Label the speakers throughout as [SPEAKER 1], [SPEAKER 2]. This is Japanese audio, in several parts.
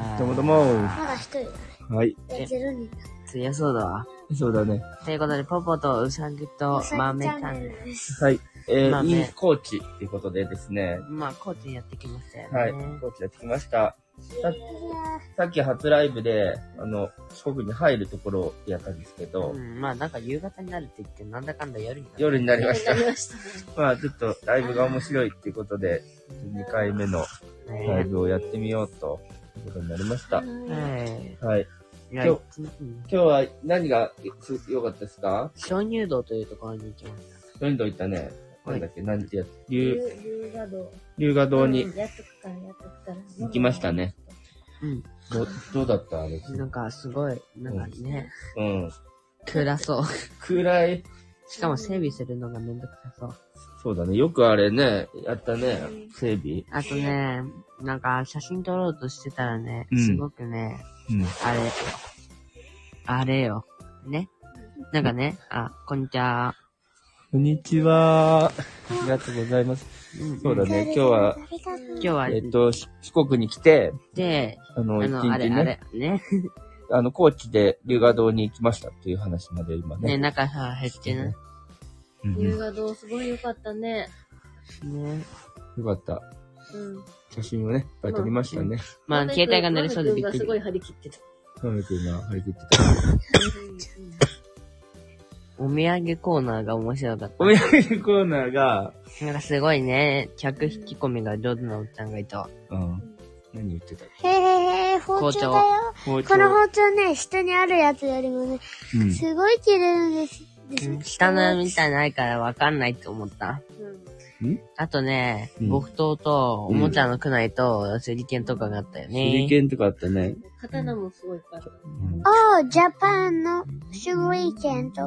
[SPEAKER 1] まだ一人だね。
[SPEAKER 2] もう。はい。
[SPEAKER 1] いや、ゼロ人だ。
[SPEAKER 3] 強そうだわ。
[SPEAKER 2] そうだね。
[SPEAKER 3] ということで、ポポとウサギと
[SPEAKER 1] うさぎ
[SPEAKER 3] 豆
[SPEAKER 1] チ
[SPEAKER 3] ち
[SPEAKER 1] ャ
[SPEAKER 3] ゃ
[SPEAKER 1] ン
[SPEAKER 3] ん
[SPEAKER 1] ネ
[SPEAKER 3] です。
[SPEAKER 1] ルです。
[SPEAKER 2] はい。え
[SPEAKER 3] まあ
[SPEAKER 2] ー、イ
[SPEAKER 3] ね
[SPEAKER 2] ンコーチっていうことでですね。
[SPEAKER 3] まあ、コーチやってきましたよね。
[SPEAKER 2] はい。コーチやってきました。さ
[SPEAKER 1] いや
[SPEAKER 2] さっき初ライブで、あの、四国に入るところをやったんですけど、
[SPEAKER 3] うん、まあ、なんか夕方になるって言って、なんだかんだ夜になる。
[SPEAKER 2] 夜にな
[SPEAKER 1] ー
[SPEAKER 2] りました
[SPEAKER 1] な。りましたね。
[SPEAKER 2] まあ、ちょっとライブが面白いっていうことで、2回目のライブをやってみようということになりました。
[SPEAKER 3] はい。
[SPEAKER 2] はい。
[SPEAKER 3] いや
[SPEAKER 2] 今日
[SPEAKER 3] 一日に
[SPEAKER 2] 今日は何がす良かったですか
[SPEAKER 3] 鍾乳洞というところに行きまし
[SPEAKER 2] どんどん行ったね。なんだっけ、何てやつ龍、
[SPEAKER 1] 龍河道。
[SPEAKER 2] 龍河洞に
[SPEAKER 1] やっとくから、やっとくから。
[SPEAKER 2] 行きましたね。
[SPEAKER 3] た。
[SPEAKER 2] ど、どうだったあれ。
[SPEAKER 3] うん。なんか、すごい、なんかね、
[SPEAKER 2] うん。
[SPEAKER 3] 暗そう。
[SPEAKER 2] 暗い。
[SPEAKER 3] しかも整備するのがめんどくさそう。
[SPEAKER 2] そうだね。よくあれね、やったね。整備。
[SPEAKER 3] あとね、なんか写真撮ろうとしてたらね、
[SPEAKER 2] うん
[SPEAKER 3] すごくね、
[SPEAKER 2] うん。
[SPEAKER 3] あれ、あれよ。ね。なんかね、あ、こんにちは。
[SPEAKER 2] こんにちは。ありがとうございます。
[SPEAKER 3] うん
[SPEAKER 2] そうだ
[SPEAKER 3] ん
[SPEAKER 2] ね今日は
[SPEAKER 3] 今日は、
[SPEAKER 2] えっと、し四国に来て、
[SPEAKER 3] で、
[SPEAKER 2] あ
[SPEAKER 3] あ
[SPEAKER 2] の、一
[SPEAKER 3] の、あれ、
[SPEAKER 2] 日
[SPEAKER 3] あ
[SPEAKER 2] ね、
[SPEAKER 3] れ、ね。
[SPEAKER 2] あの、高知で龍河洞に行きましたっていう話まで今
[SPEAKER 3] ね、
[SPEAKER 2] ね。
[SPEAKER 3] なんかさ、減ってない。
[SPEAKER 2] うんうん
[SPEAKER 1] 龍
[SPEAKER 2] よ
[SPEAKER 1] 河道すごい良かったね。
[SPEAKER 3] ね。
[SPEAKER 2] かった。
[SPEAKER 1] うん。
[SPEAKER 2] 写真をね、いっぱい撮りましたね。
[SPEAKER 3] まあ、携帯が鳴りそうでびっく
[SPEAKER 1] 豆君がすごい
[SPEAKER 3] り。
[SPEAKER 1] 張り切ってた。
[SPEAKER 2] カメ君が張り切ってた。
[SPEAKER 3] お土産コーナーが面白かった。
[SPEAKER 2] お土産コーナーが、
[SPEAKER 3] なんかすごいね、客引き込みが上手なおっちゃんがいた。
[SPEAKER 2] うん。何言ってた
[SPEAKER 1] へへへ、包丁だよ。
[SPEAKER 2] 包
[SPEAKER 1] この包丁ね、下にあるやつよりもね、
[SPEAKER 2] うん。
[SPEAKER 1] すごい切れるんです。です
[SPEAKER 3] うん下のみたいないからわかんないと思った。あとね、
[SPEAKER 2] うん
[SPEAKER 3] 木刀と、おもちゃのくないと、手裏剣とかがあったよ
[SPEAKER 2] 手裏
[SPEAKER 3] ね。
[SPEAKER 2] 剣とかあったね。
[SPEAKER 4] 刀もすごいいっぱいあった。
[SPEAKER 2] うん
[SPEAKER 1] おー、ジャパンの手裏剣と、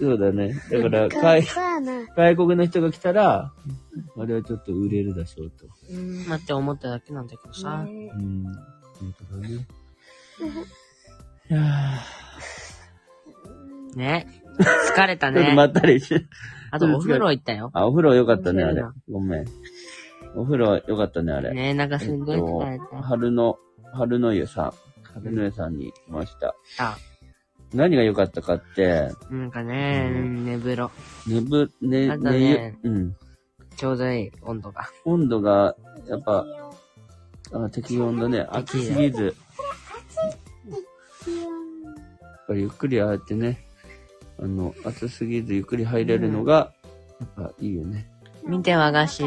[SPEAKER 2] そうだね。だから、
[SPEAKER 1] カ
[SPEAKER 2] 外
[SPEAKER 1] ッパーナ。
[SPEAKER 2] 外国の人が来たら、あれはちょっと売れるでしょうと。
[SPEAKER 4] うん
[SPEAKER 3] 待って思っただけなんだけどさ。
[SPEAKER 2] うん。本当だ ね。いや
[SPEAKER 3] ね。疲れた
[SPEAKER 2] ーちょっと
[SPEAKER 3] ね
[SPEAKER 2] ま。ったりして。
[SPEAKER 3] あとお風呂行ったよ。
[SPEAKER 2] あ、お風呂良かったね、
[SPEAKER 3] お
[SPEAKER 2] あ
[SPEAKER 3] 風呂だ。
[SPEAKER 2] れごめん。お風呂良かったね、あれ。
[SPEAKER 3] ねなんかすごい疲れ
[SPEAKER 2] えっと
[SPEAKER 3] た。
[SPEAKER 2] 春の、春の湯さん。春の湯さんに来ました。
[SPEAKER 3] あ、
[SPEAKER 2] 何が良かったかって、
[SPEAKER 3] なんかね、
[SPEAKER 2] うん
[SPEAKER 3] 寝風呂。
[SPEAKER 2] 寝ぶ、寝、
[SPEAKER 3] あと
[SPEAKER 2] 寝湯
[SPEAKER 3] ね、
[SPEAKER 2] うん。
[SPEAKER 3] ちょうどいい温度が。
[SPEAKER 2] 温度が、やっぱ、あ適温だね。暑すぎず。やっぱりゆっくりああやってね、あの、暑すぎずゆっくり入れるのが、やっぱいいよね。
[SPEAKER 3] 見て和菓子。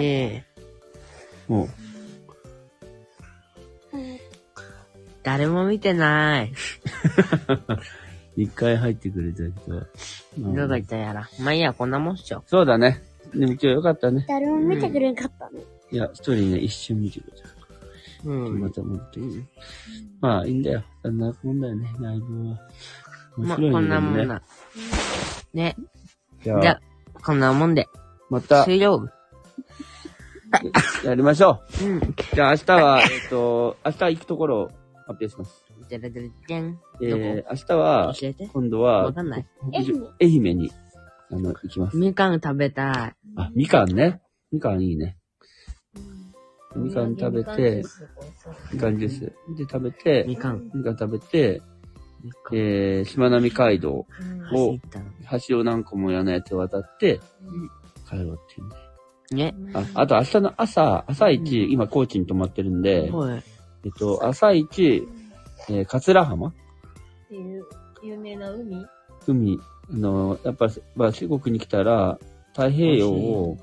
[SPEAKER 2] もう、
[SPEAKER 3] 誰も見てない。
[SPEAKER 2] 一回入ってくれた人は。うん
[SPEAKER 3] どこ行ったやら。まあいいや、こんなもんっしょ。
[SPEAKER 2] そうだね。でも今日良かったね。
[SPEAKER 1] 誰も見てくれなかったね。
[SPEAKER 2] いや、一人ね、一瞬見てくれた。
[SPEAKER 3] う
[SPEAKER 2] ま
[SPEAKER 3] ん。
[SPEAKER 2] た戻っていいね。まあ、いいんだよ。そんなもんだよね、ライブは。面
[SPEAKER 3] まあ、
[SPEAKER 2] 白いね。
[SPEAKER 3] こんなも
[SPEAKER 2] で
[SPEAKER 3] ん
[SPEAKER 2] もね
[SPEAKER 3] だ。ね。
[SPEAKER 2] じ
[SPEAKER 3] じ
[SPEAKER 2] ゃ
[SPEAKER 3] ゃ
[SPEAKER 2] あ
[SPEAKER 3] あ、こんなもんで。
[SPEAKER 2] また、
[SPEAKER 3] 終了。
[SPEAKER 2] やりましょ
[SPEAKER 3] うん。
[SPEAKER 2] う。じゃあ、明日は、 えっと、明日行くところを発表します。
[SPEAKER 3] じゃらじゃらじゃん。
[SPEAKER 2] え
[SPEAKER 3] どこ
[SPEAKER 2] ー、明日は、
[SPEAKER 3] 教えて。
[SPEAKER 2] 今度
[SPEAKER 3] わ
[SPEAKER 2] は、
[SPEAKER 3] かんない。
[SPEAKER 2] 北上愛媛に、あの、行きます。
[SPEAKER 3] みかん食べた
[SPEAKER 2] あ、みかんね。みかんいいね。みかん食べて、みかんジュース。で、食べ
[SPEAKER 3] い。み
[SPEAKER 2] て、
[SPEAKER 3] かん。
[SPEAKER 2] みかん食べて、
[SPEAKER 3] みかん。
[SPEAKER 2] えー、しまなみ海道
[SPEAKER 3] 走
[SPEAKER 2] を
[SPEAKER 3] っ、たの
[SPEAKER 2] 橋を何個もやらないと渡って、帰ろうっていうね。
[SPEAKER 3] ね。
[SPEAKER 2] あ、あと明日の朝、朝一、今高知に泊まってるんで、
[SPEAKER 3] はい。
[SPEAKER 2] えっと、朝一、えー、桂浜
[SPEAKER 4] っていう有名な海
[SPEAKER 2] 海、あの、やっぱ、まあ、四国に来たら、太平洋を、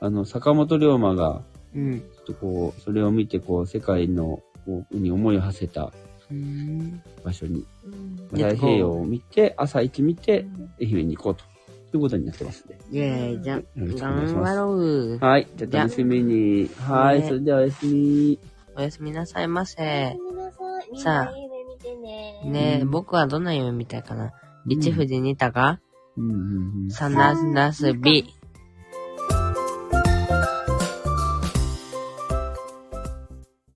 [SPEAKER 2] あの、坂本龍馬が、
[SPEAKER 3] うん。
[SPEAKER 2] ちょっとこう、それを見て、こう、世界の、こう、に思いを馳せた
[SPEAKER 3] うん。
[SPEAKER 2] 場所に、
[SPEAKER 4] うん
[SPEAKER 3] で
[SPEAKER 2] 太平洋を見て、朝一見て、愛媛に行こうと、ということになってますんで。
[SPEAKER 3] イェーイ、じゃあ、
[SPEAKER 2] よろしくお願いし
[SPEAKER 3] 頑
[SPEAKER 2] ま
[SPEAKER 3] 張
[SPEAKER 2] す。
[SPEAKER 3] ろう。
[SPEAKER 2] はい、じゃあ楽しみに。はい、
[SPEAKER 3] ね
[SPEAKER 2] それではおやすみ。
[SPEAKER 3] おやすみなさいま
[SPEAKER 4] え
[SPEAKER 3] せ。
[SPEAKER 4] みなさい。みん
[SPEAKER 3] さあ
[SPEAKER 4] な夢見てね。
[SPEAKER 3] ねえ、
[SPEAKER 2] うん
[SPEAKER 3] 僕はどんな夢みたいかな。
[SPEAKER 2] うん
[SPEAKER 3] 一富士二鷹、
[SPEAKER 2] うんうんうん。
[SPEAKER 3] 三ナスナス B、